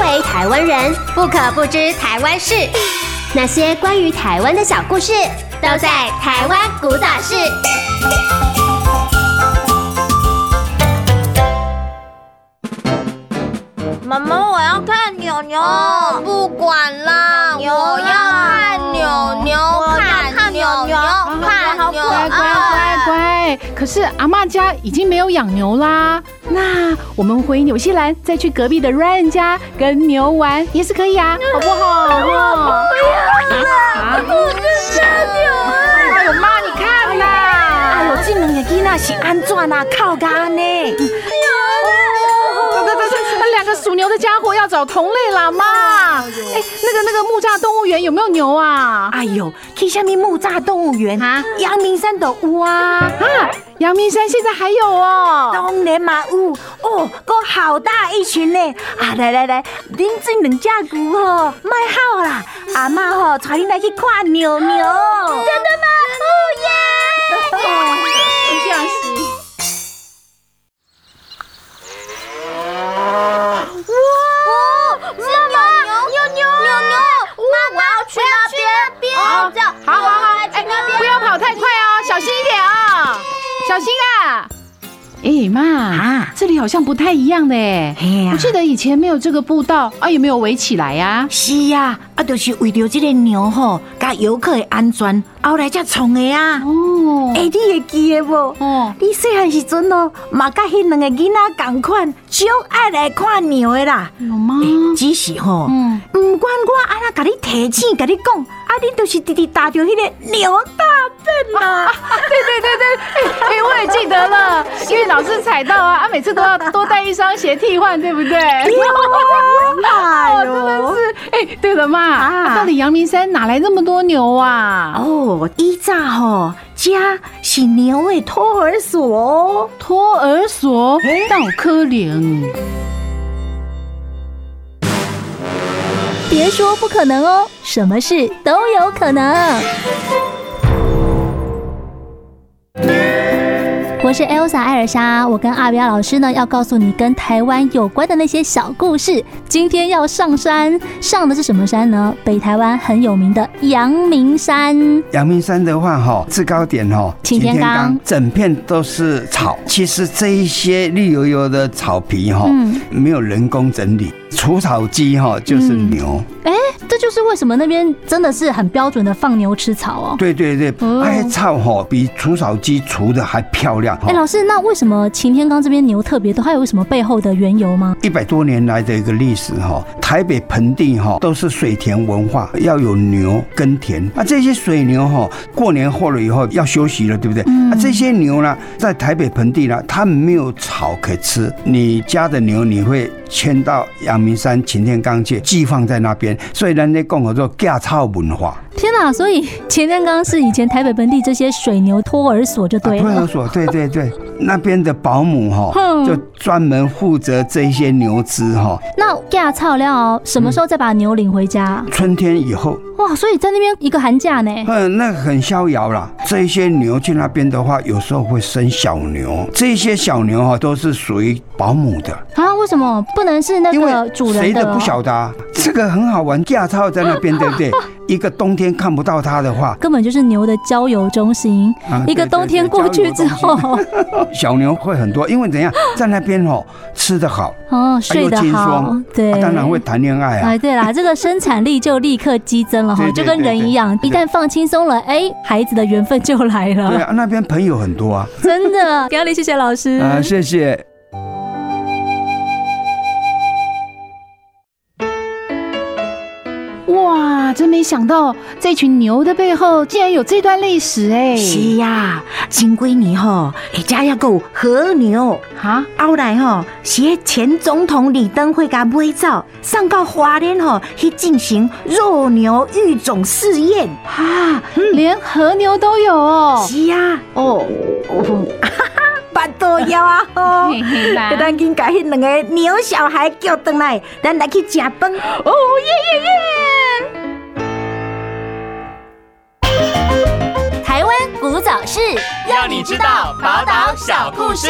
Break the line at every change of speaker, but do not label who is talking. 非台湾人，不可不知台湾事。那些关于台湾的小故事，都在《台湾古早事》。
妈妈，我要看牛牛。
哦，不管啦，我
牛
要看牛牛，
我要看
牛
牛牛
看
好
牛
可
乖
爱
乖乖乖！可是阿妈家已经没有养牛啦，那我们回纽西兰再去隔壁的 Ryan 家跟牛玩也是可以啊，好不好？啊！
哎呦妈，你看啦！哎呦，这两个囡仔是安怎啦？靠咖呢？
那两个属牛的家伙要找同类啦，妈！哎，那个那个木栅动物园有没有牛啊？
哎呦，去下面木栅动物园
啊，
阳明山都有啊，
啊，阳明山现在还有哦。
当然嘛有。哦，个好大一群呢！啊，来来来，恁这两只牛吼，卖好啦，阿妈吼，带恁来去看牛牛。真的吗？哦耶！
哇，是牛牛牛牛牛，妈，我要去那边那边，
好
这样，
好好好，啊哎
去那边
不要跑太快哦，小心一点哦，小心啊！哎妈
啊
这里好像不太一样的哎
嘿呀
我记得以前没有这个步道啊，也没有围起来呀、
是呀、啊，啊，就是为着这个牛吼，甲游客的安全，后来才创的啊。
哦
哎、，你会记得无？
哦，
你细汉时阵哦，嘛甲迄两个囡仔共款，少爱来看牛的啦。
有吗？
只是吼、
嗯，
唔管我安那甲你提醒，甲你讲，啊，你就是直直打着迄个牛大便啦、
对对对对，哎、哎我也记得了，因为老是踩到啊，啊，每次都要多带一双鞋替换，对不对？
哎
哦，真的
呦，
是，哎、对了嘛，
啊
到底阳明山哪来那么多牛啊？
哦，以早吼，家是牛的托儿所哦。
托儿所
哎
到科林。
别说不可能哦，什么事都有可能。我是 Elsa 艾尔莎，我跟阿比亚老师呢要告诉你跟台湾有关的那些小故事。今天要上山，上的是什么山呢？北台湾很有名的阳明山。
阳明山的话，哈，制高点哈，
擎天岗
整片都是草。其实这一些绿油油的草皮哈，
嗯
没有人工整理，除草机哈就是
嗯
牛。
这就是为什么那边真的是很标准的放牛吃草哦。
对对对，
哦
那些草哈比除草机除的还漂亮。
哎，老师，那为什么擎天岗这边牛特别多？它有什么背后的缘由吗？
一百多年来的一个历史哈，台北盆地哈都是水田文化，要有牛耕田啊。这些水牛哈，过年后了以后要休息了，对不对？
嗯
啊，这些牛呢，在台北盆地呢，它们没有草可吃，你家的牛你会迁到阳明山擎天岗去寄放在那边，所以人家讲我做架草文化，
天呐！所以前天刚是以前台北本地这些水牛托儿所就
啊
对
托
了。
儿所，对对 对，那边的保姆哈
哼，
就专门负责这些牛只哈，
那亚草料哦，什么时候再把牛领回家？
春天以后。
哇，所以在那边一个寒假呢。
嗯，那个很逍遥啦。这些牛去那边的话，有时候会生小牛，这些小牛啊都是属于保姆的，
啊，为什么不能是那
因为
个主
谁
人
的
的哦？
不晓得、啊。这个很好玩，架套在那边，对 不对？一个冬天看不到它的话，
根本就是牛的交友中心。
啊
一个
对对
冬天
对
过
郊
去
游
之
中心
后，
小牛会很多，因为怎样，在那边哦吃得好，
哦，
啊又
睡得
轻
好
松，，
对，
啊当然会谈恋爱啊。
哎，对啦，这个生产力就立刻激增了哈，
对对
就跟人一样，
对
一
对
旦放轻松了，哎，孩子的缘分就来
对
了，
啊，那边朋友很多啊。
真的。 表里谢谢老师。
啊，谢谢。
哇，真没想到这群牛的背后竟然有这段历史哎！
是呀、前几年吼、诶，家也有和牛，
啊，
后来吼、是迄前总统李登辉甲买走，送到花莲吼、去进行肉牛育种试验。
哈，连和牛都有哦。
是呀、
哦，
八肚枵啊吼！
嘿 嘿啦
咱紧甲迄两个牛小孩叫倒来，咱来去食饭。
哦耶耶耶！
台湾古早事，
要你知道宝岛小故事。